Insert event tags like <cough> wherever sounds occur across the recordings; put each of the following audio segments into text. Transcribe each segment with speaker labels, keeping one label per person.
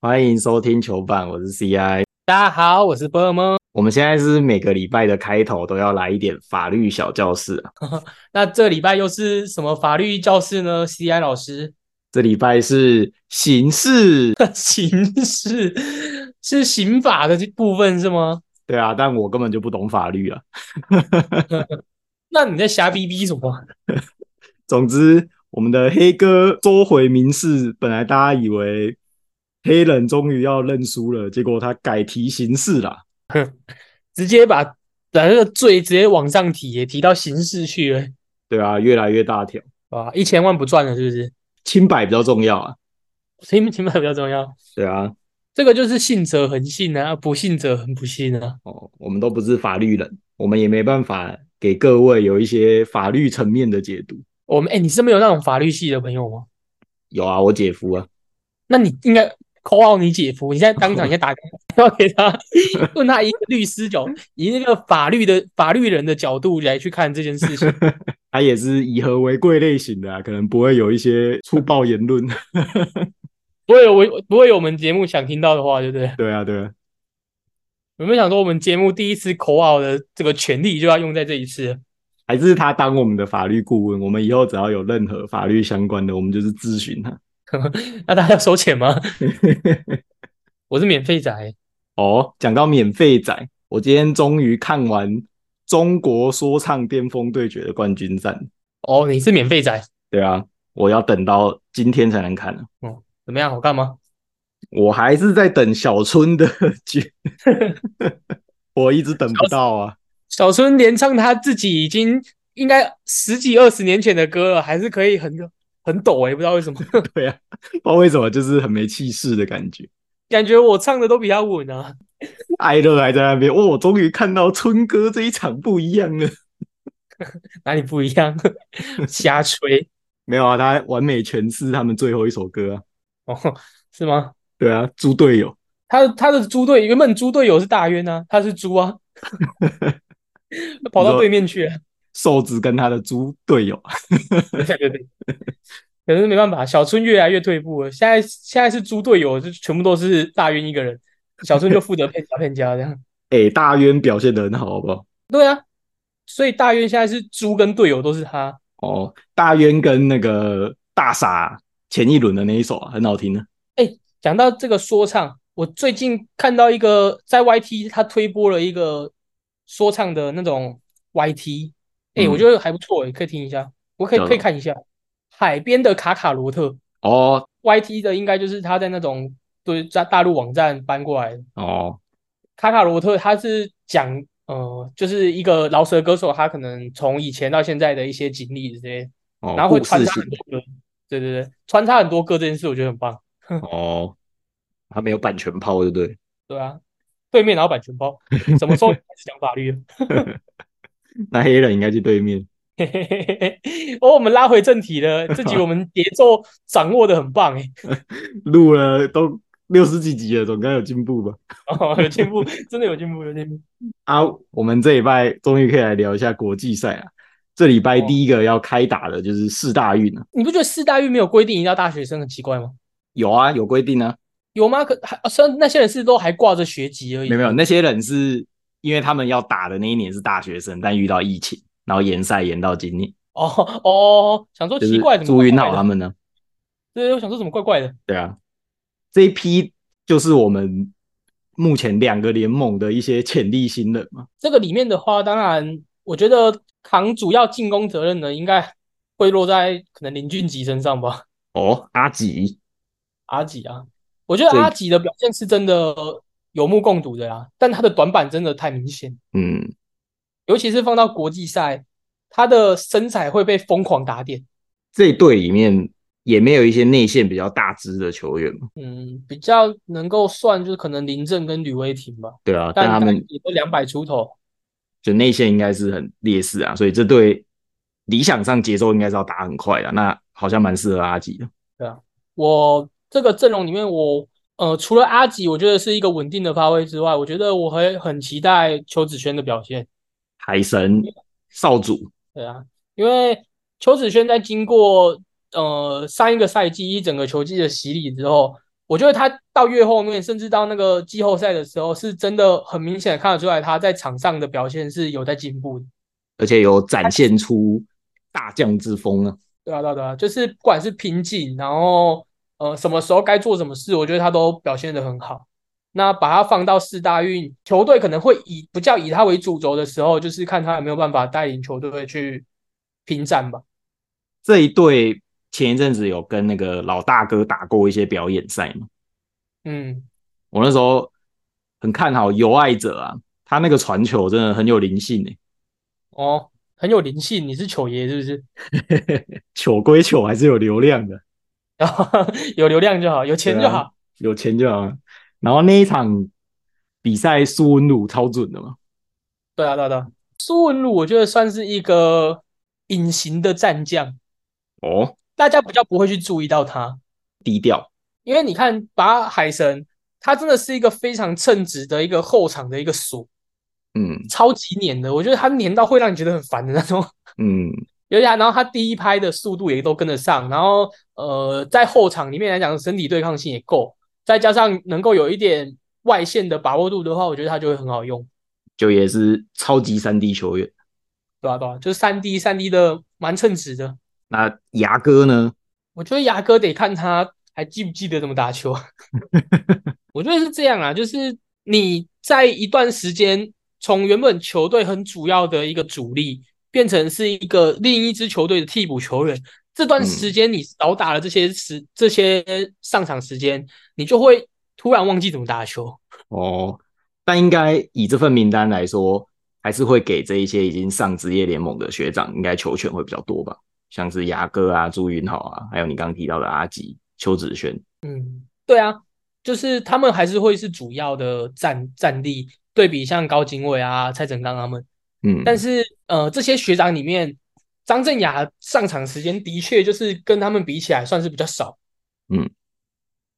Speaker 1: 欢迎收听球板，我是 CI。
Speaker 2: 大家好，我是波梦。
Speaker 1: 我们现在是每个礼拜的开头都要来一点法律小教室啊。
Speaker 2: 那这礼拜又是什么法律教室呢？CI 老师， <laughs>
Speaker 1: 这礼拜是刑事，
Speaker 2: 刑事是刑法的这部分是吗？
Speaker 1: 对啊，但我根本就不懂法律啊。
Speaker 2: 那你在瞎逼逼什么？
Speaker 1: 总之，我们的黑哥捉回民事，本来大家以为黑人终于要认输了，结果他改提刑事啦。
Speaker 2: 直接把把那个罪直接往上提，提到刑事去了，
Speaker 1: 对啊，越来越大条，
Speaker 2: 哇，一千万不赚了是不是？
Speaker 1: 清白比较重要啊。
Speaker 2: 刑刑法比较重要，
Speaker 1: 对啊，
Speaker 2: 这个就是信则恒信啊，不信则恒不信啊。
Speaker 1: 哦，我们都不是法律人，我们也没办法给各位有一些法律层面的解读。
Speaker 2: 我们哎、你身边有那种法律系的朋友吗？
Speaker 1: 有啊，我姐夫啊，
Speaker 2: 那你应该 call out 你姐夫，你现在当场先打电话给他，问他以一个律师角，以那个法律的法律人的角度来去看这件事情。
Speaker 1: 他也是以和为贵类型的啊，可能不会有一些粗暴言论。 <laughs>
Speaker 2: 不会有我不会有我们节目想听到的话，对不对？
Speaker 1: 对啊，对啊，
Speaker 2: 有没有想说我们节目第一次 call out 的这个权利就要用在这一次？
Speaker 1: 还是他当我们的法律顾问，我们以后只要有任何法律相关的，我们就是咨询他。
Speaker 2: 那大家要收钱吗？我是免费仔，
Speaker 1: 哦，讲到免费仔，我今天终于看完中国说唱巅峰对决的冠军战。
Speaker 2: 哦，你是免费仔，
Speaker 1: 对啊，我要等到今天才能看啊
Speaker 2: 怎么样？好看吗？
Speaker 1: 我还是在等小春的剧， <laughs> 我一直等不到啊。
Speaker 2: 小春连唱他自己已经应该十几二十年前的歌了，还是可以很很抖欸诶、不知道为什么。
Speaker 1: 对啊，不知道为什么就是很没气势的感觉。
Speaker 2: 感觉我唱的都比他稳啊。 <laughs>
Speaker 1: 艾乐还在那边，哦，我终于看到春哥这一场不一样了。 <laughs>
Speaker 2: 哪里不一样？ <laughs> 瞎吹
Speaker 1: 没有啊，他完美诠释他们最后一首歌啊。
Speaker 2: 哦，是吗？
Speaker 1: 对啊，猪队友。
Speaker 2: 他他的猪队原本猪队友是大渊啊，他是猪啊， <laughs> 跑到对面去了。 <laughs>
Speaker 1: 瘦子跟他的猪队友， <laughs>
Speaker 2: 对对对，可是没办法，小春越来越退步了。现在现在是猪队友，就全部都是大渊一个人，小春就负责骗 <laughs> 家骗家这样。
Speaker 1: 哎、大渊表现得很好，好不好？
Speaker 2: 对啊，所以大渊现在是猪跟队友都是他。
Speaker 1: 哦，大渊跟那个大傻前一轮的那一首啊，很好听的、
Speaker 2: 讲到这个说唱，我最近看到一个在 YT 他推播了一个说唱的那种 YT，哎、
Speaker 1: 嗯
Speaker 2: 我觉得还不错、欸，可以听一下，我可以
Speaker 1: 叫什么
Speaker 2: 可以看一下。海边的卡卡罗特
Speaker 1: 哦
Speaker 2: YT 的应该就是他在那种对在大陆网站搬过来的。
Speaker 1: 哦，
Speaker 2: 卡卡罗特他是讲呃，就是一个饶舌歌手，他可能从以前到现在的一些经历这些，
Speaker 1: 哦
Speaker 2: 然后会
Speaker 1: 故
Speaker 2: 穿
Speaker 1: 事
Speaker 2: 插
Speaker 1: 型
Speaker 2: 很多歌。对对对，穿插很多歌这件事我觉得很棒，
Speaker 1: 哦，他没有版权炮，对不对？
Speaker 2: 对啊。对面拿到版权包，什么时候开始讲法律了？ <laughs>
Speaker 1: 那黑人应该去对面。
Speaker 2: 嘿嘿嘿嘿嘿，哦，我们拉回正题了。这集我们节奏掌握的很棒哎，
Speaker 1: 录了都六十几集了，总该有进步吧？
Speaker 2: <laughs> 哦，有进步，真的有进步，有进步。
Speaker 1: 啊，我们这礼拜终于可以来聊一下国际赛了。这礼拜
Speaker 2: 哦
Speaker 1: 第一个要开打的就是四大运啊，
Speaker 2: 你不觉得四大运没有规定一定要大学生很奇怪吗？
Speaker 1: 有啊，有规定啊，
Speaker 2: 有吗？可还虽然那些人是都还挂着学籍而已，
Speaker 1: 没有没有，那些人是因为他们要打的那一年是大学生，但遇到疫情，然后延赛延到今年，
Speaker 2: 哦哦，想说
Speaker 1: 就
Speaker 2: 奇
Speaker 1: 是
Speaker 2: 怪，怎么
Speaker 1: 朱
Speaker 2: 怪
Speaker 1: 云
Speaker 2: 怪
Speaker 1: 浩他
Speaker 2: 的？
Speaker 1: 们呢，
Speaker 2: 对，我想说怎么怪怪的？
Speaker 1: 对啊，这一批就是我们目前两个联盟的一些潜力新人嘛，
Speaker 2: 这个里面的话，当然我觉得扛主要进攻责任的应该会落在可能林俊杰身上吧。
Speaker 1: 哦，阿吉，
Speaker 2: 阿吉啊，我觉得
Speaker 1: 对
Speaker 2: 阿吉的表现是真的有目共睹的啦，但他的短板真的太明显，
Speaker 1: 嗯，
Speaker 2: 尤其是放到国际赛，他的身材会被疯狂打点。
Speaker 1: 这一队里面也没有一些内线比较大只的球员嘛，
Speaker 2: 嗯，比较能够算就是可能林振跟吕威霆吧，
Speaker 1: 对啊，但
Speaker 2: 但
Speaker 1: 他们
Speaker 2: 也都两百出头。
Speaker 1: 就内线应该是很劣势啊，所以这对理想上节奏应该是要打很快的，那好像蛮适合阿吉的。
Speaker 2: 我这个阵容里面我。呃，除了阿吉，我觉得是一个稳定的发挥之外，我觉得我会很期待邱子轩的表现。
Speaker 1: 海神少主，
Speaker 2: 对啊，因为邱子轩在经过呃上一个赛季一整个球季的洗礼之后，我觉得他到越后面，甚至到那个季后赛的时候，是真的很明显地看得出来他在场上的表现是有在进步的。
Speaker 1: 而且有展现出大将之风啊。
Speaker 2: 对啊，对啊，对啊，就是不管是瓶颈，然后呃什么时候该做什么事，我觉得他都表现得很好。那把他放到四大运，球队可能会以不叫以他为主轴的时候，就是看他有没有办法带领球队去拼战吧。
Speaker 1: 这一队前一阵子有跟那个老大哥打过一些表演赛嘛，
Speaker 2: 嗯，
Speaker 1: 我那时候很看好尤爱者啊，他那个传球真的很有灵性欸诶、
Speaker 2: 哦，很有灵性，你是球爷是不 <laughs> 是？
Speaker 3: 糗归糗，还是有流量的，
Speaker 2: 然后有流量就好，有钱就
Speaker 3: 对啊
Speaker 2: 好。
Speaker 3: 有钱就好了。
Speaker 1: 然后那一场比赛，苏文鲁超准的嘛，
Speaker 2: 对啊，对啊，对啊。苏文鲁我觉得算是一个隐形的战将，
Speaker 1: 哦，
Speaker 2: 大家比较不会去注意到他。
Speaker 1: 低调，
Speaker 2: 因为你看，把海神，他真的是一个非常称职的一个后场的一个锁，
Speaker 1: 嗯
Speaker 2: 超级黏的。我觉得他黏到会让你觉得很烦的那种。
Speaker 1: 嗯，
Speaker 2: 尤其他，然后他第一拍的速度也都跟得上，然后呃，在后场里面来讲，身体对抗性也够，再加上能够有一点外线的把握度的话，我觉得他就会很好用，
Speaker 1: 就也是超级三 D 球员。
Speaker 2: 对吧、对吧、就是三 D 三 D 的蛮称职的。
Speaker 1: 那牙哥呢？
Speaker 2: 我觉得牙哥得看他还记不记得怎么打球。 <laughs> 我觉得是这样啊，就是你在一段时间从原本球队很主要的一个主力，变成是一个另一支球队的替补球员。这段时间你少打了这些时、这些上场时间，你就会突然忘记怎么打球。
Speaker 1: 哦，但应该以这份名单来说，还是会给这一些已经上职业联盟的学长，应该球权会比较多吧，像是牙哥啊、朱云豪啊，还有你刚提到的阿吉、邱子轩。
Speaker 2: 嗯，对啊，就是他们还是会是主要的战战力，对比像高景伟啊、蔡振刚他们。
Speaker 1: 嗯，
Speaker 2: 但是呃，这些学长里面，张镇雅上场时间的确就是跟他们比起来算是比较少，
Speaker 1: 嗯，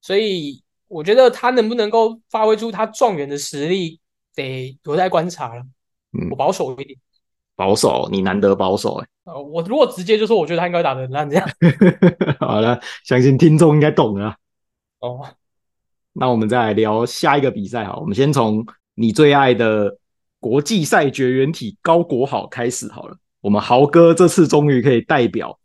Speaker 2: 所以我觉得他能不能够发挥出他状元的实力，得有待观察了。
Speaker 1: 嗯
Speaker 2: 我保守一点，
Speaker 1: 保守，你难得保守、欸， <laughs>
Speaker 2: 呃，我如果直接就说我觉得他应该会打得很烂这样，
Speaker 3: 好了，相信听众应该懂了啊。
Speaker 2: 哦，
Speaker 1: 那我们再来聊下一个比赛好，我们先从你最爱的国际赛绝缘体高国好开始好了。我们豪哥这次终于可以代表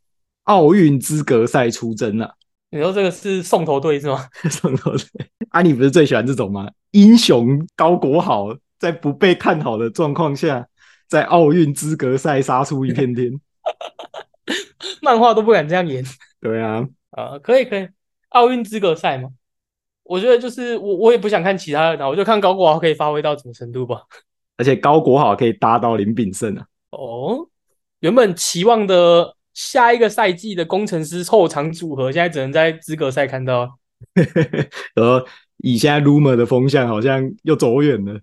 Speaker 1: 奥运资格赛出征
Speaker 3: <laughs>
Speaker 1: 了，
Speaker 2: 你说这个是送头队是吗？ <laughs>
Speaker 1: 什么东西
Speaker 3: 啊，你不是最喜欢这种吗？英雄高国好在不被看好的状况下，在奥运资格赛杀出一片天。
Speaker 2: 漫画都不敢这样演。
Speaker 3: 对啊，
Speaker 2: 啊，可以可以，奥运资格赛嘛，我觉得就是我我也不想看其他的啦，我就看高国豪可以发挥到什么程度吧。
Speaker 3: 而且高国好可以搭到林炳胜啊，
Speaker 2: 哦，原本期望的下一个赛季的工程师后场组合，现在只能在资格赛看到。
Speaker 3: 然后以现在 rumor 的风向，好像又走远了。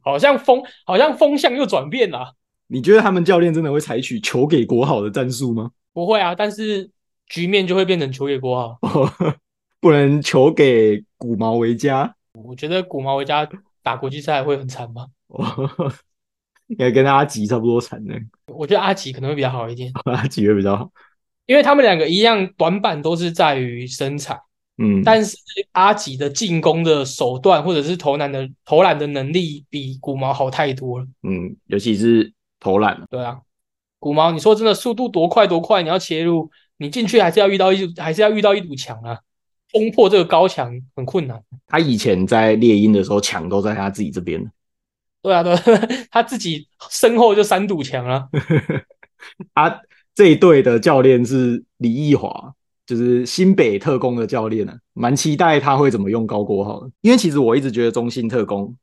Speaker 2: 好像风好像风向又转变了，啊
Speaker 3: 你觉得他们教练真的会采取球给国好的战术吗？ <laughs>
Speaker 2: 不会啊，但是局面就会变成球给国豪。
Speaker 3: 不能球给古毛为佳，
Speaker 2: 我觉得古毛维加打国际赛会很惨吧，
Speaker 3: 哦， <laughs> 应该跟阿吉差不多惨呢， <laughs>
Speaker 2: 我觉得阿奇可能会比较好一点，
Speaker 3: 阿吉会比较好。
Speaker 2: 因为他们两个一样，短板都是在于身材。
Speaker 1: 嗯，
Speaker 2: 但是阿吉的进攻的手段或者是投篮的投篮的能力比古毛好太多了，
Speaker 1: 嗯，尤其是投篮，
Speaker 2: 对啊，古毛，你说真的，速度多快多快，你要切入，你进去还是要遇到一还是要遇到一堵墙啊，冲破这个高墙很困难。
Speaker 1: 他以前在猎鹰的时候抢都在他自己这边，
Speaker 2: 对啊，对啊 <laughs> 他自己身后就三堵墙啊。
Speaker 3: 啊，这一队的教练是李易华，就是新北特工的教练啊，蛮期待他会怎么用高国豪的，
Speaker 1: 因为其实我一直觉得中信特工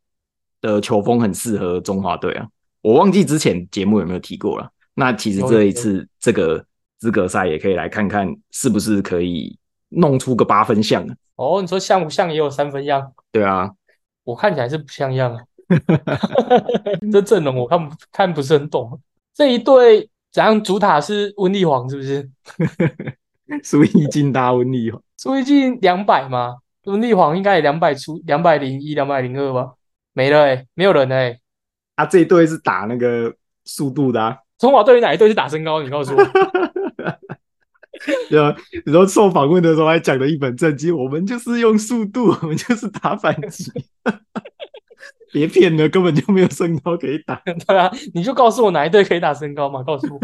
Speaker 1: 的球风很适合中华队啊，我忘记之前节目有没有提过了。那其实这一次这个资格赛也可以来看看是不是可以弄出个八分像啊。
Speaker 2: 哦，你说像不像也有三分样？
Speaker 1: 对啊，
Speaker 2: 我看起来是不像样啊。这阵容我看不看不是很懂。这一队怎样主塔是温丽煌是不是？
Speaker 3: 苏一进搭温丽华，
Speaker 2: 苏一进两百嘛，温丽煌应该也两百出，两百零一、两百零二吧，没了哎、没有人哎、
Speaker 3: 啊，这一队是打那个速度的、啊，
Speaker 2: 中华队哪一队是打身高？你告诉我。
Speaker 3: 对啊，然后受访问的时候还讲的一本正经，我们就是用速度， <laughs> 我们就是打反击。 <laughs> 别骗了，根本就没有身高可以打。
Speaker 2: <laughs> 对啊，你就告诉我哪一队可以打身高嘛，告诉我。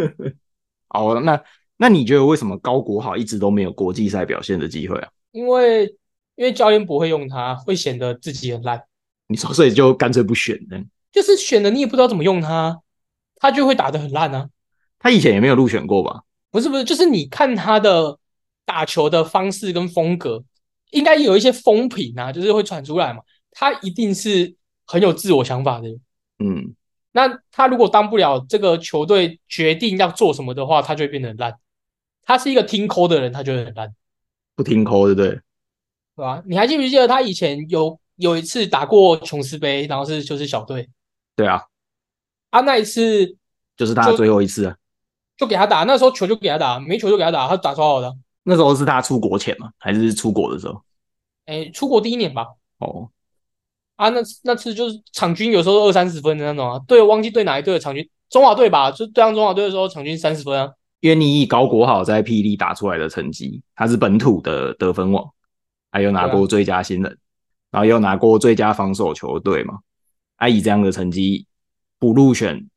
Speaker 1: 好，那那你觉得为什么高国豪一直都没有国际赛表现的机会啊？
Speaker 2: <laughs> 因为因为教练不会用他，会显得自己很烂。
Speaker 1: 你说，所以就干脆不选呢？
Speaker 2: 就是选了你也不知道怎么用他，他就会打得很烂啊。
Speaker 1: 他以前也没有入选过吧？
Speaker 2: 不是不是，就是你看他的打球的方式跟风格，应该有一些风评啊，就是会传出来嘛。他一定是很有自我想法的。
Speaker 1: 嗯，
Speaker 2: 那他如果当不了这个球队决定要做什么的话，他就会变得很烂。他是一个听抠的人，他就会很烂，
Speaker 1: 不听扣，对不对？
Speaker 2: 对吧、你还记不记得他以前有有一次打过琼斯杯，然后是就是小队
Speaker 1: 对啊，
Speaker 2: 啊，那一次
Speaker 1: 就是他的最后一次啊。
Speaker 2: 就给他打，那时候球就给他打，没球就给他打，他打超好的。
Speaker 1: 那时候是他出国前嘛，还是出国的时候？
Speaker 2: 哎，出国第一年吧，
Speaker 1: 哦，
Speaker 2: 啊，那那次就是场均有时候二三十分的那种啊。对，我忘记对哪一队的场均，中华队吧，就对上中华队的时候场均三十分啊。
Speaker 1: 因为你以高国豪在霹雳打出来的成绩，他是本土的得分王，还有拿
Speaker 2: 啊
Speaker 1: 过最佳新人，然后又拿过最佳防守球队嘛。啊，以这样的成绩不入选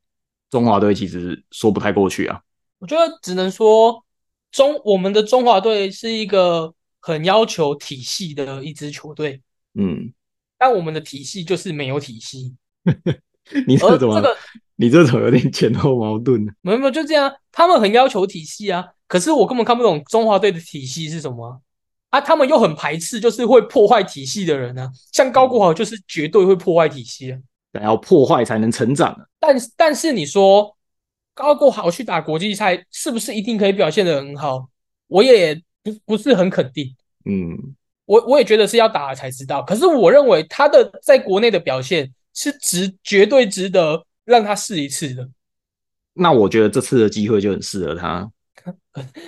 Speaker 1: 中华队，其实说不太过去啊。
Speaker 2: 我觉得只能说中我们的中华队是一个很要求体系的一支球队，
Speaker 1: 嗯，
Speaker 2: 但我们的体系就是没有体系。
Speaker 3: <laughs> 你
Speaker 2: 而
Speaker 3: 这怎么？
Speaker 2: 哦这个
Speaker 3: 你这种有点前后矛盾。
Speaker 2: 没有没有就这样，他们很要求体系啊，可是我根本看不懂中华队的体系是什么啊啊他们又很排斥就是会破坏体系的人啊，像高国豪就是绝对会破坏体系啊。
Speaker 1: 想要破坏才能成长啊。
Speaker 2: 但是但是你说高国豪去打国际赛，是不是一定可以表现得很好？我也不不是很肯定，
Speaker 1: 嗯，
Speaker 2: 我我也觉得是要打了才知道。可是我认为他的在国内的表现是值绝对值得让他试一次的。
Speaker 1: 那我觉得这次的机会就很适合他。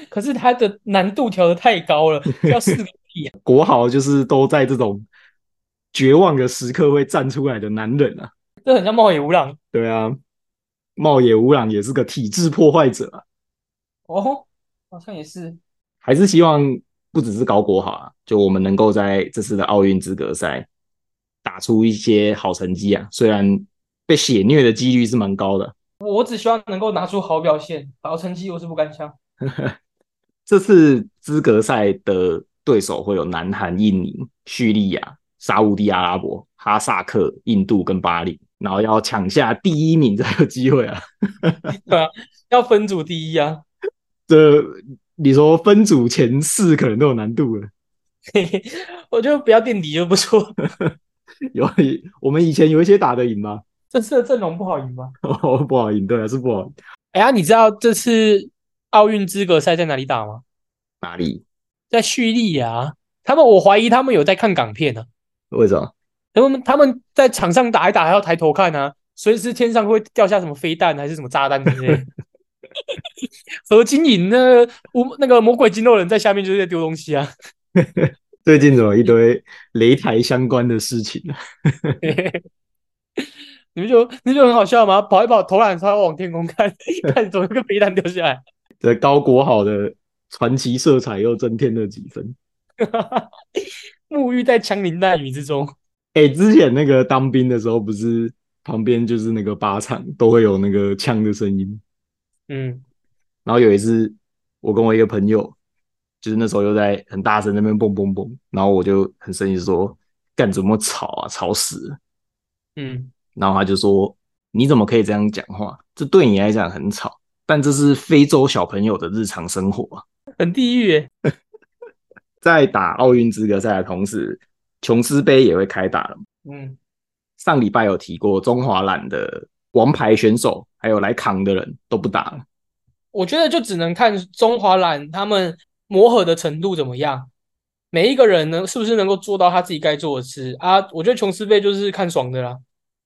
Speaker 2: 可是他的难度调得太高了，要试个屁啊！
Speaker 3: 国豪就是都在这种绝望的时刻会站出来的男人啊。
Speaker 2: 这很像茂野无浪
Speaker 3: 对啊，茂野无朗也是个体制破坏者啊，
Speaker 2: 哦，好像也是。
Speaker 1: 还是希望不只是高国豪啊，就我们能够在这次的奥运资格赛打出一些好成绩啊。虽然被血虐的几率是蛮高的，
Speaker 2: 我我只希望能够拿出好表现，好成绩我是不敢想。
Speaker 1: 这次资格赛的对手会有南韩、印尼、叙利亚、沙乌地阿拉伯、哈萨克、印度跟巴黎，然后要抢下第一名才有机会啊。
Speaker 2: 对啊，要分组第一啊！
Speaker 3: 这你说分组前四可能都有难度了。
Speaker 2: 我觉得不要垫底就不错。 <laughs>
Speaker 3: <laughs> 有我们以前有一些打得赢吗？ <laughs>
Speaker 2: 这次的阵容不好赢吧？
Speaker 3: 哦，不好赢，对啊，是不好赢。
Speaker 2: 哎呀，你知道这次奥运资格赛在哪里打吗？
Speaker 1: 哪里？
Speaker 2: 在叙利亚。啊他们，我怀疑他们有在看港片呢、啊。
Speaker 1: 为什么？
Speaker 2: 他们他们在场上打一打，还要抬头看啊，随时天上会掉下什么飞弹还是什么炸弹之类的。 <laughs> 何金银那个无那个魔鬼筋肉人在下面就是在丢东西啊。
Speaker 3: 最近怎么一堆擂台相关的事情啊？
Speaker 2: 你们就你们就很好笑吗？跑一跑，投篮，他往天空看， <laughs> 看总有个飞弹掉下来。
Speaker 3: 这高国豪的传奇色彩又增添了几分。
Speaker 2: 沐浴在枪林弹雨之中，
Speaker 3: 哎、之前那个当兵的时候，不是旁边就是那个靶场都会有那个枪的声音。
Speaker 2: 嗯，
Speaker 1: 然后有一次，我跟我一个朋友，就是那时候又在很大声那边蹦蹦蹦，然后我就很生气说：“干怎么吵啊，吵死了
Speaker 2: 嗯，！”
Speaker 1: 然后他就说：“你怎么可以这样讲话？这对你来讲很吵，但这是非洲小朋友的日常生活啊。
Speaker 2: 很地狱耶。”
Speaker 1: 在打奥运资格赛的同时，琼斯杯也会开打了。
Speaker 2: 嗯，
Speaker 1: 上礼拜有提过，中华蓝的王牌选手还有来扛的人都不打了。
Speaker 2: 我觉得就只能看中华蓝他们磨合的程度怎么样，每一个人呢是不是能够做到他自己该做的事啊？我觉得琼斯杯就是看爽的啦，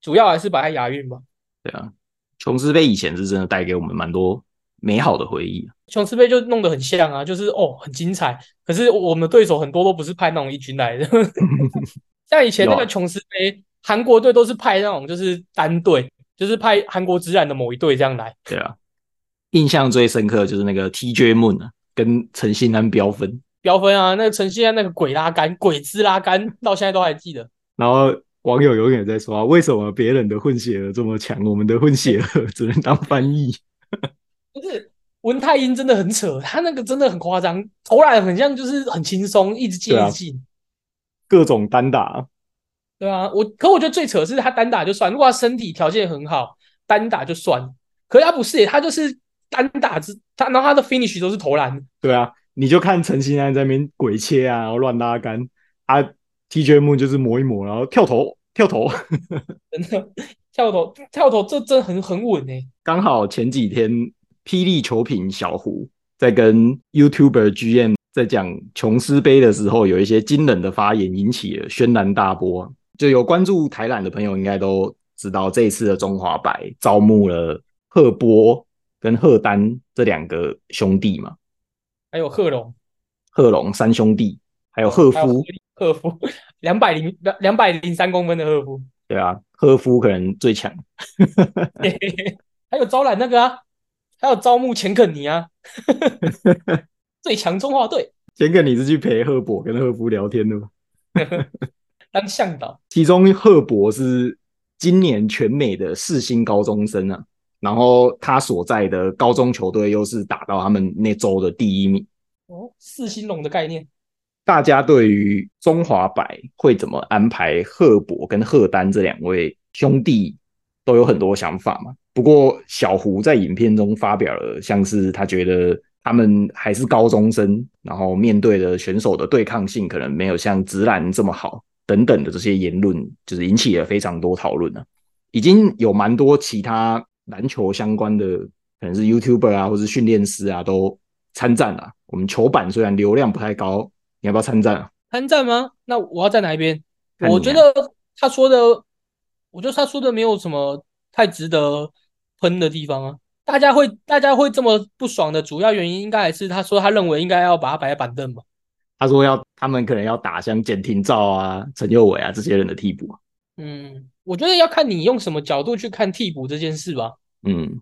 Speaker 2: 主要还是摆在亚运吧。
Speaker 1: 对啊，琼斯杯以前是真的带给我们蛮多美好的回忆啊。
Speaker 2: 琼斯杯就弄得很像啊，就是哦很精彩，可是我们的对手很多都不是派那种一军来的，像以前那
Speaker 1: 有
Speaker 2: 个
Speaker 1: 啊
Speaker 2: 琼斯杯，韩国队都是派那种就是单队，就是派韩国职篮的某一队这样来。
Speaker 1: 对啊，印象最深刻的就是那个 TJ Moon 啊，跟陈信安飙分，
Speaker 2: 飙分啊！那个陈信安那个鬼拉杆、鬼子拉杆，到现在都还记得。
Speaker 3: 然后网友永远在说、啊，为什么别人的混血儿这么强，我们的混血儿只能当翻译？
Speaker 2: 不是文泰英真的很扯，他那个真的很夸张，投篮很像就是很轻松，一直进
Speaker 3: 对啊
Speaker 2: 一直进。
Speaker 3: 各种单打，
Speaker 2: 对啊，我可我觉得最扯的是他单打就算，如果他身体条件很好，单打就算。可是他不是耶，他就是单打之他，然后他的 finish 都是投篮，
Speaker 3: 对啊，你就看陈信安在那边鬼切啊，然后乱拉杆啊，TJ Moon 就是磨一磨，然后跳投跳投。
Speaker 2: 真的跳投跳投这真的很很稳欸诶。
Speaker 1: 刚好前几天霹雳球评小胡在跟 YouTuber GM 在讲琼斯杯的时候，有一些惊人的发言引起了轩然大波啊。就有关注台篮的朋友应该都知道，这一次的中华白招募了赫波跟赫丹这两个兄弟嘛，
Speaker 2: 还有贺龙，
Speaker 1: 贺龙三兄弟，还有哦赫
Speaker 2: 还有
Speaker 1: 夫，
Speaker 2: 赫夫两百零两两百零三公分的赫夫，
Speaker 1: 对啊，赫夫可能最强。嗯
Speaker 2: 嘿嘿嘿 <laughs> 还有招揽那个啊，还有招募钱肯
Speaker 1: <laughs>
Speaker 2: 尼啊，最强中华队
Speaker 3: 先跟你是去陪赫伯跟赫夫聊天的吗？
Speaker 2: 当向导，
Speaker 1: 其中赫伯是今年全美的四星高中生啊，然后他所在的高中球队又是打到他们那周的第一名。
Speaker 2: 哦，四星龙的概念，
Speaker 1: 大家对于中华白会怎么安排赫伯跟赫丹这两位兄弟都有很多想法嘛。不过小胡在影片中发表了，像是他觉得他们还是高中生，然后面对的选手的对抗性可能没有像直男这么好等等的这些言论，就是引起了非常多讨论啊。已经有蛮多其他篮球相关的，可能是 YouTuber 啊，或是训练师啊，都参战了、我们球板虽然流量不太高，你要不要参战啊？
Speaker 2: 参战吗？那我要站哪一边？
Speaker 1: 看你啊
Speaker 2: 我觉得他说的，我觉得他说的没有什么太值得喷的地方啊。大家会大家会这么不爽的主要原因，应该还是他说他认为应该要把他摆在板凳吧。
Speaker 1: 他说要他们可能要打像简廷照啊、陈佑伟啊这些人的替补啊、
Speaker 2: 嗯，我觉得要看你用什么角度去看替补这件事吧。
Speaker 1: 嗯，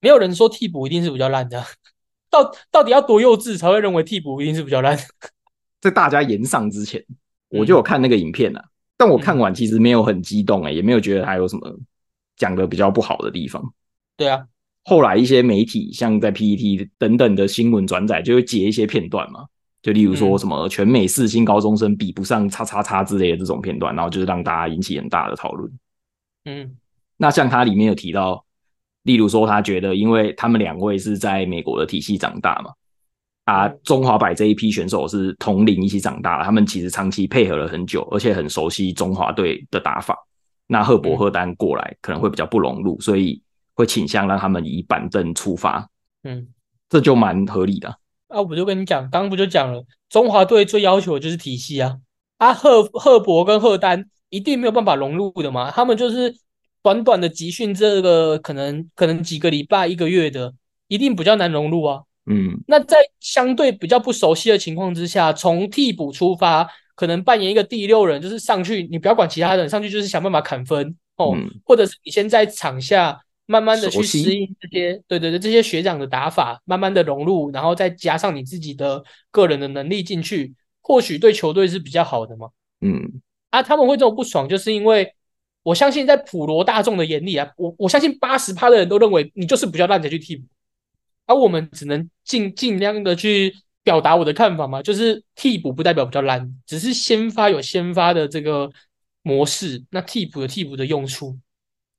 Speaker 2: 没有人说替补一定是比较烂的啊， <laughs> 到到底要多幼稚才会认为替补一定是比较烂？ <laughs>
Speaker 1: 在大家言上之前，我就有看那个影片啊，但我看完其实没有很激动哎、也没有觉得他有什么讲的比较不好的地方。
Speaker 2: 对啊，
Speaker 1: 后来一些媒体像在 PET 等等的新闻转载，就会截一些片段嘛，就例如说
Speaker 2: 嗯
Speaker 1: 什么全美四星高中生比不上叉叉叉之类的这种片段，然后就是让大家引起很大的讨论。
Speaker 2: 嗯
Speaker 1: 那像他里面有提到，例如说他觉得，因为他们两位是在美国的体系长大嘛，啊，中华白这一批选手是同龄一起长大的，他们其实长期配合了很久，而且很熟悉中华队的打法。那赫伯、
Speaker 2: 嗯
Speaker 1: 赫丹过来可能会比较不融入，所以会倾向让他们以板凳出发，
Speaker 2: 嗯，
Speaker 1: 这就蛮合理的啊。
Speaker 2: 啊，我就跟你讲，刚刚不就讲了，中华队最要求的就是体系啊，啊，赫赫伯跟赫丹一定没有办法融入的嘛，他们就是短短的集训，这个可能可能几个礼拜一个月的，一定比较难融入啊。
Speaker 1: 嗯，
Speaker 2: 那在相对比较不熟悉的情况之下，从替补出发，可能扮演一个第六人，就是上去，你不要管其他人，上去就是想办法砍分哦，
Speaker 1: 嗯
Speaker 2: 或者是你先在场下慢慢的
Speaker 1: 熟
Speaker 2: 去适
Speaker 1: 悉
Speaker 2: 应这些，对对对，这些学长的打法，慢慢的融入，然后再加上你自己的个人的能力进去，或许对球队是比较好的嘛。
Speaker 1: 嗯，
Speaker 2: 啊，他们会这么不爽，就是因为我相信在普罗大众的眼里啊，我我相信八十趴的人都认为你就是比较烂才去替补，而、我们只能尽尽量的去表达我的看法嘛，就是替补不代表比较烂，只是先发有先发的这个模式，那替补有替补的用处，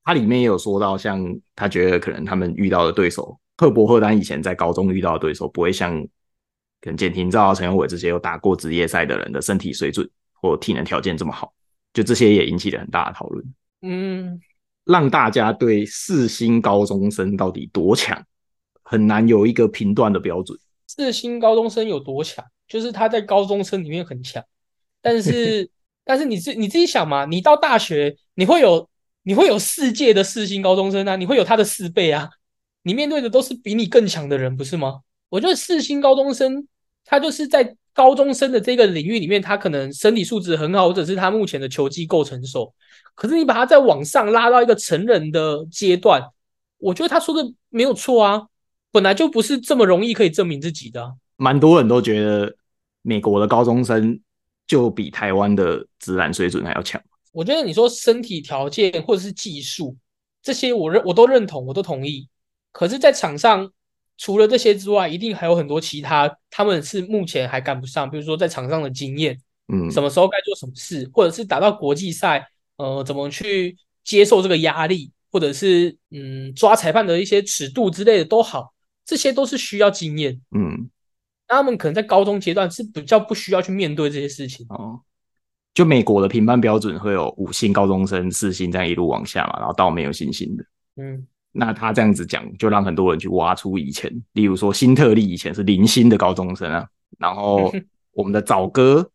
Speaker 1: 他里面也有说到，像他觉得可能他们遇到的对手，赫伯、赫丹以前在高中遇到的对手，不会像可能简廷照啊、陈友伟这些有打过职业赛的人的身体水准或体能条件这么好，就这些也引起了很大的讨论，
Speaker 2: 嗯，
Speaker 1: 让大家对四星高中生到底多强很难有一个评断的标准。
Speaker 2: 四星高中生有多强？就是他在高中生里面很强，但是但是你自你自己想嘛，你到大学你会有你会有世界的四星高中生啊，你会有他的四倍啊，你面对的都是比你更强的人，不是吗？我觉得四星高中生他就是在高中生的这个领域里面，他可能身体素质很好，或者是他目前的球技够成熟，可是你把他再往上拉到一个成人的阶段，我觉得他说的没有错啊。本来就不是这么容易可以证明自己的啊、
Speaker 1: 蛮多人都觉得美国的高中生就比台湾的职篮水准还要强。
Speaker 2: 我觉得你说身体条件或者是技术这些，我认我都认同，我都同意。可是，在场上除了这些之外，一定还有很多其他，他们是目前还赶不上，比如说在场上的经验，
Speaker 1: 嗯，
Speaker 2: 什么时候该做什么事，或者是打到国际赛，呃，怎么去接受这个压力，或者是嗯抓裁判的一些尺度之类的都好，这些都是需要经验。
Speaker 1: 嗯，
Speaker 2: 那他们可能在高中阶段是比较不需要去面对这些事情。
Speaker 1: 哦，就美国的评判标准会有五星高中生、四星这样一路往下嘛，然后到没有星星的。
Speaker 2: 嗯，
Speaker 1: 那他这样子讲，就让很多人去挖出以前，例如说新特利以前是零星的高中生啊，然后我们的早哥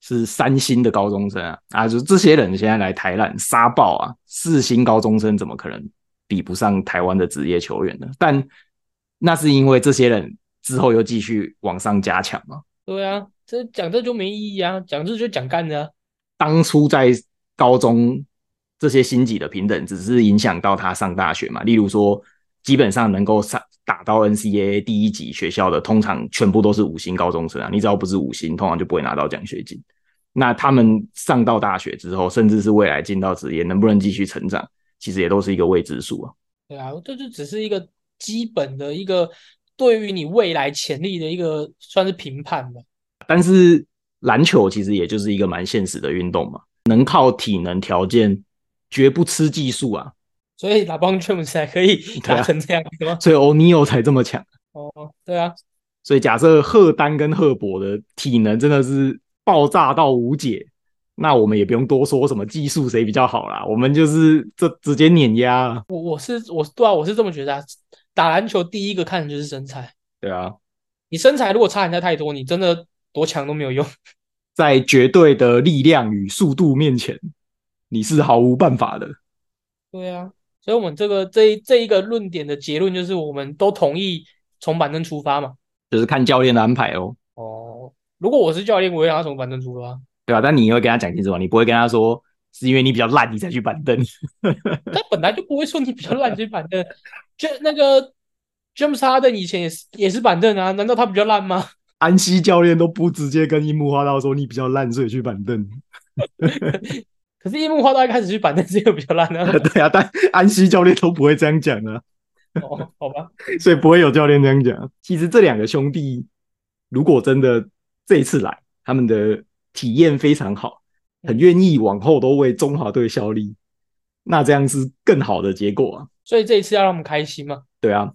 Speaker 1: 是三星的高中生啊，啊，就这些人现在来台南杀爆啊，四星高中生怎么可能比不上台湾的职业球员呢？但那是因为这些人之后又继续往上加强嘛，
Speaker 2: 对啊，这讲这就没意义啊，讲这就讲干的啊、
Speaker 1: 当初在高中这些星级的平等，只是影响到他上大学嘛。例如说，基本上能够上打到 NCAA 第一级学校的，通常全部都是五星高中生啊。你只要不是五星，通常就不会拿到奖学金。那他们上到大学之后，甚至是未来进到职业，能不能继续成长，其实也都是一个未知数啊。
Speaker 2: 对啊，这就只是一个基本的一个对于你未来潜力的一个算是评判吧。
Speaker 1: 但是篮球其实也就是一个蛮现实的运动嘛，能靠体能条件，绝不吃技术啊。
Speaker 2: 所以打棒球才可以打成这样子吗？ <laughs>
Speaker 1: 所以欧尼 l 才这么强。
Speaker 2: 哦，对啊，
Speaker 1: 所以假设赫丹跟赫伯的体能真的是爆炸到无解，那我们也不用多说什么技术谁比较好啦，我们就是这直接碾压啊。
Speaker 2: 我我是我对啊，我是这么觉得啊。打篮球第一个看的就是身材，
Speaker 1: 对啊，
Speaker 2: 你身材如果差人家太多，你真的多强都没有用。
Speaker 1: 在绝对的力量与速度面前，你是毫无办法的。
Speaker 2: <laughs> 对啊，所以我们这个这一这一个论点的结论就是，我们都同意从板凳出发嘛。
Speaker 1: 就是看教练的安排哦，
Speaker 2: 哦，如果我是教练，我会让他从板凳出发。
Speaker 1: 对啊，但你会跟他讲清楚啊，你不会跟他说是因为你比较烂你才去板凳。 <laughs>
Speaker 2: 但本来就不会说你比较烂，就是板凳。就那个 James Harden 以前也是也是板凳啊，难道他比较烂吗？
Speaker 3: 安西教练都不直接跟樱木花道说你比较烂，所以去板
Speaker 1: <laughs>
Speaker 3: 凳。
Speaker 2: 可是樱木花道一开始去板凳是因为比较烂啊。
Speaker 3: 对啊，但安西教练都不会这样讲啊，
Speaker 2: <laughs> 哦，好吧，
Speaker 3: 所以不会有教练这样讲。
Speaker 1: 其实这两个兄弟如果真的这一次来，他们的体验非常好，很愿意往后都为中华队效力，那这样是更好的结果啊。
Speaker 2: 所以这一次要让我们开心嘛，
Speaker 1: 对啊，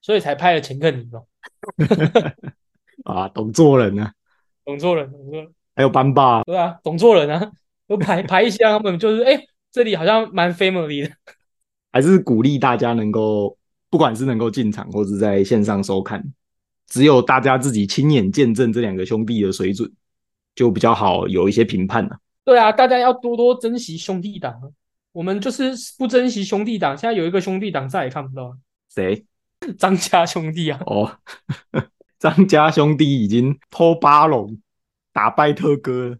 Speaker 2: 所以才拍了钱克尼嘛。
Speaker 1: 啊，懂做人啊，
Speaker 2: 懂做人，懂做人，
Speaker 1: 还有班霸，
Speaker 2: 对啊，懂做人啊，都排排一些让他们就是哎、这里好像蛮 family 的。
Speaker 1: 还是鼓励大家能够，不管是能够进场或是在线上收看，只有大家自己亲眼见证这两个兄弟的水准，就比较好有一些评判了、
Speaker 2: 对啊，大家要多多珍惜兄弟党啊。我们就是不珍惜兄弟党，现在有一个兄弟党再也看不到了，
Speaker 1: 谁？
Speaker 2: 张家兄弟啊。
Speaker 1: 哦， <laughs> 张家兄弟已经偷巴龙打败特哥了。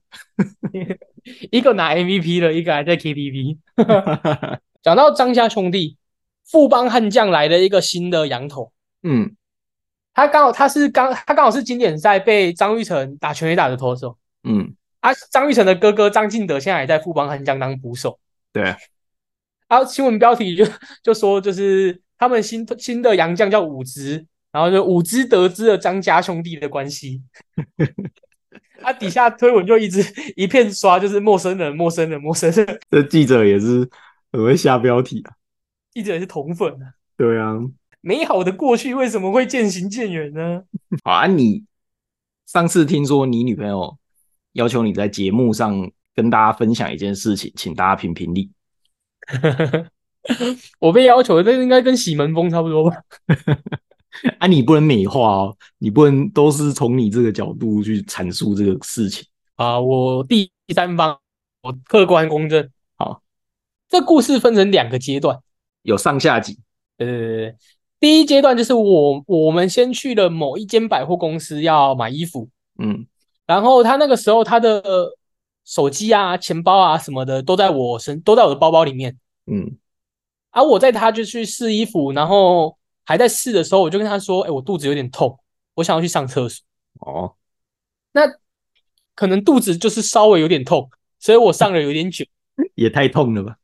Speaker 2: <laughs> 一个拿 MVP 了，一个还在 KTV。讲到张家兄弟，富邦悍将来了一个新的羊头，
Speaker 1: 嗯，
Speaker 2: 他刚好他是刚他刚好是经典赛被张玉成打全垒打的投手
Speaker 1: 嗯，
Speaker 2: 啊。张玉成的哥哥张敬德现在也在富邦悍将当捕手
Speaker 1: 对，
Speaker 2: 啊。新闻标题就 <laughs> 就说就是他们新新的洋将叫伍兹，然后就伍兹得知了张家兄弟的关系。啊，底下推文就一直一片刷，就是陌生人，陌生人，陌生人， <laughs>
Speaker 1: 这记者也是很会下标题啊。
Speaker 2: 记者也是同粉啊。
Speaker 1: 对啊，
Speaker 2: 美好的过去为什么会渐行渐远呢？
Speaker 1: 好啊，你上次听说你女朋友要求你在节目上跟大家分享一件事情，请大家评评理。
Speaker 2: <laughs>
Speaker 1: <laughs>
Speaker 2: 我被要求，这应该跟洗门风差不多吧？
Speaker 1: 啊，你不能美化哦，你不能都是从你这个角度去阐述这个事情。
Speaker 2: 啊，我第三方，我客观公正。
Speaker 1: 好，
Speaker 2: 这故事分成两个阶段。
Speaker 1: 有上下集，
Speaker 2: 对对对对，第一阶段就是我我们先去了某一间百货公司要买衣服，
Speaker 1: 嗯
Speaker 2: 然后他那个时候他的手机啊、钱包啊什么的都在我身，都在我的包包里面。
Speaker 1: 嗯
Speaker 2: 啊，我在他就去试衣服，然后还在试的时候，我就跟他说：“哎、我肚子有点痛。”我想要去上厕所，
Speaker 1: 哦，
Speaker 2: 可能肚子就是稍微有点痛，所以我上了有点久
Speaker 3: 也太痛了吧？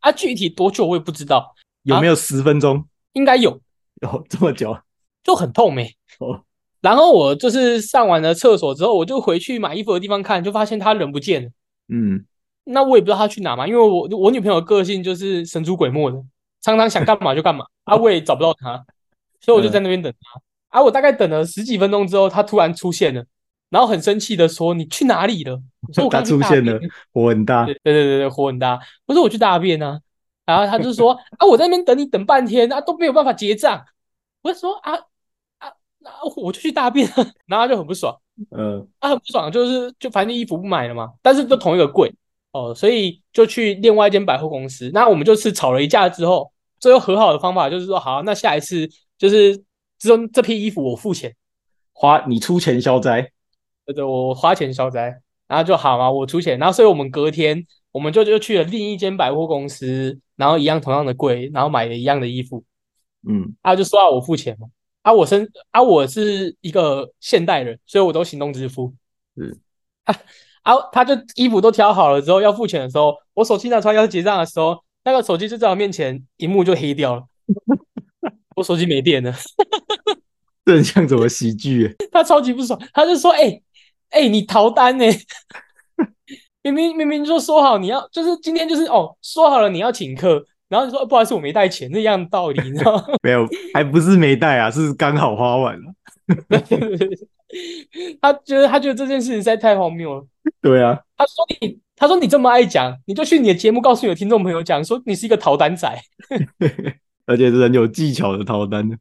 Speaker 2: 啊，具体多久我也不知道，
Speaker 3: 有没
Speaker 1: 啊
Speaker 3: 有十分钟？
Speaker 2: 应该有，
Speaker 3: 有这么久？
Speaker 2: 就很痛没、
Speaker 3: 哦
Speaker 2: 然后我就是上完了厕所之后，我就回去买衣服的地方看，就发现他人不见了。
Speaker 3: 嗯，
Speaker 2: 那我也不知道他去哪嘛，因为我我女朋友的个性就是神出鬼没的，常常想干嘛就干嘛，
Speaker 3: <laughs>
Speaker 2: 啊，我也找不到他，所以
Speaker 3: 嗯
Speaker 2: 我就在那边等他。啊，我大概等了十几分钟之后，他突然出现了，然后很生气的说：“你去哪里了？”
Speaker 3: <laughs>
Speaker 2: 我说：“我刚
Speaker 3: 他
Speaker 2: 去
Speaker 3: 出
Speaker 2: 大
Speaker 3: 现
Speaker 2: 便
Speaker 3: 了火很大
Speaker 2: 对，对对对，火很大。我说我去大便啊，然后他就说啊，我在那边等你等半天啊，都没有办法结账。我就说啊啊啊，我就去大便啊，然后他就很不爽，
Speaker 3: 呃，
Speaker 2: 他啊很不爽，就是就反正衣服不买了嘛，但是都同一个柜哦，所以就去另外一间百货公司。那我们就是吵了一架之后，最后和好的方法就是说，好，那下一次就是这这批衣服我付钱，
Speaker 3: 花你出钱消灾，
Speaker 2: 对对，我花钱消灾，然后就好嘛，我出钱，然后所以我们隔天我们就就去了另一间百货公司，然后一样同样的柜，然后买了一样的衣服，
Speaker 3: 嗯，
Speaker 2: 啊就说要我付钱嘛，啊我身啊我是一个现代人，所以我都行动支付，
Speaker 3: 是
Speaker 2: <laughs> 啊他就衣服都挑好了之后要付钱的时候，我手机拿出来要结账的时候，那个手机就在我面前，荧幕就黑掉了， <laughs> 我手机没电了。
Speaker 3: 这很像什么喜剧耶？ <laughs>
Speaker 2: 他超级不爽，他就说：“哎、哎、你逃单呢、 <laughs> 明明明明就说好你要，就是今天就是哦，说好了你要请客，然后你说、哦不好意思我没带钱，这一样的道理，你知道吗？
Speaker 3: 没有，还不是没带啊，是刚好花完了。
Speaker 2: <laughs> 他觉得他觉得这件事情实在太荒谬了。
Speaker 3: 对啊，
Speaker 2: 他说你，他说你这么爱讲，你就去你的节目告诉你的听众朋友讲，说你是一个逃单仔。
Speaker 3: 而且是很有技巧的逃单的，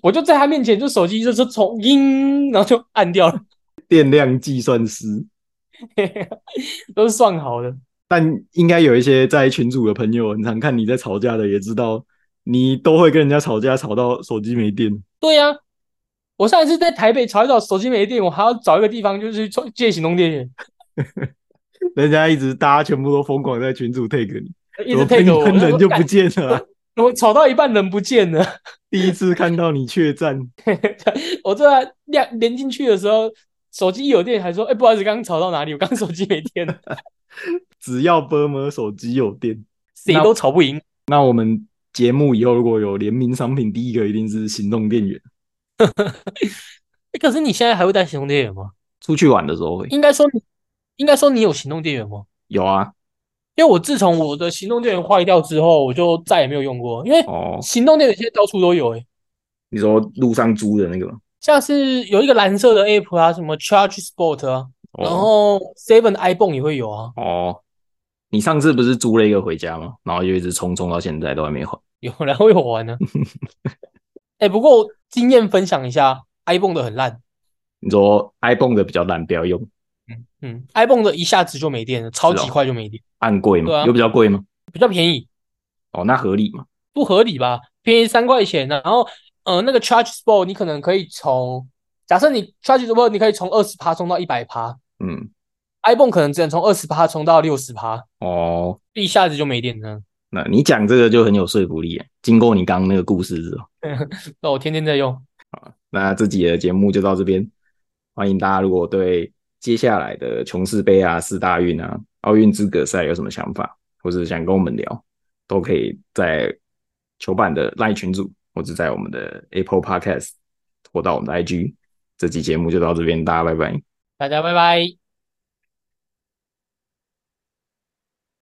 Speaker 2: 我就在他面前，就手机就是从音，然后就按掉了， <laughs>
Speaker 3: 电量计算师。
Speaker 2: 都是算好的。
Speaker 3: 但应该有一些在群组的朋友，很常看你在吵架的，也知道你都会跟人家吵架，吵到手机没电。
Speaker 2: 对呀、我上一次在台北吵一吵，手机没电，我还要找一个地方就是去借行动电源，
Speaker 3: 人家一直大家全部都疯狂在群组 take 你，
Speaker 2: 一直
Speaker 3: 怎么
Speaker 2: take 我，
Speaker 3: 喷
Speaker 2: 我
Speaker 3: 喷人就不
Speaker 2: 干
Speaker 3: 见了啊、 <laughs>
Speaker 2: 我吵到一半人不见了， <laughs>
Speaker 3: 第一次看到你怯战，
Speaker 2: 我这亮连进去的时候，手机有电还说，哎、不好意思，刚刚吵到哪里？我刚手机没电了，
Speaker 3: 只要波摩手机有电，
Speaker 2: 谁都吵不赢。
Speaker 3: 那我们节目以后如果有联名商品，第一个一定是行动电源。
Speaker 2: 哎可是你现在还会带行动电源吗？
Speaker 1: 出去玩的时候会
Speaker 2: 应该说你，应该说你有行动电源吗？
Speaker 1: 有啊，
Speaker 2: 因为我自从我的行动电源坏掉之后，我就再也没有用过，因为
Speaker 1: 哦，
Speaker 2: 行动电源现在到处都有、哎。
Speaker 1: 你说路上租的那个吗？
Speaker 2: 像是有一个蓝色的 app 啊，什么 Charge Sport 啊，
Speaker 1: 哦
Speaker 2: 然后 Seven iPhone 也会有啊，
Speaker 1: 哦，你上次不是租了一个回家吗？然后就一直冲冲到现在都还没还。
Speaker 2: 有然后有 <laughs> 玩呢、啊。哎、不过经验分享一下，iPhone 的很烂，
Speaker 1: 你说 iPhone 的比较烂，不要用，
Speaker 2: 嗯，iPhone 的一下子就没电了，超级快就没电，
Speaker 1: 按贵吗？
Speaker 2: 对啊
Speaker 1: 有比较贵吗？
Speaker 2: 比较便宜，
Speaker 1: 哦，那合理嘛？
Speaker 2: 不合理吧？便宜三块钱，然后呃，那个 Charge Sport 你可能可以从，假设你 Charge Sport 你可以从二十趴充到一百趴
Speaker 1: 嗯，
Speaker 2: ，iPhone 可能只能从二十趴充到六十趴，
Speaker 1: 哦，
Speaker 2: 一下子就没电了。
Speaker 1: 那你讲这个就很有说服力耶。经过你刚刚那个故事之后，
Speaker 2: 那我天天在用，
Speaker 1: 那这集的节目就到这边。欢迎大家，如果对接下来的琼斯杯啊、四大运啊、奥运资格赛有什么想法，或者想跟我们聊，都可以在球板的 LINE 群组，或者在我们的 Apple Podcast 或到我们的 IG。这期节目就到这边，大家拜拜。
Speaker 2: 大家拜拜。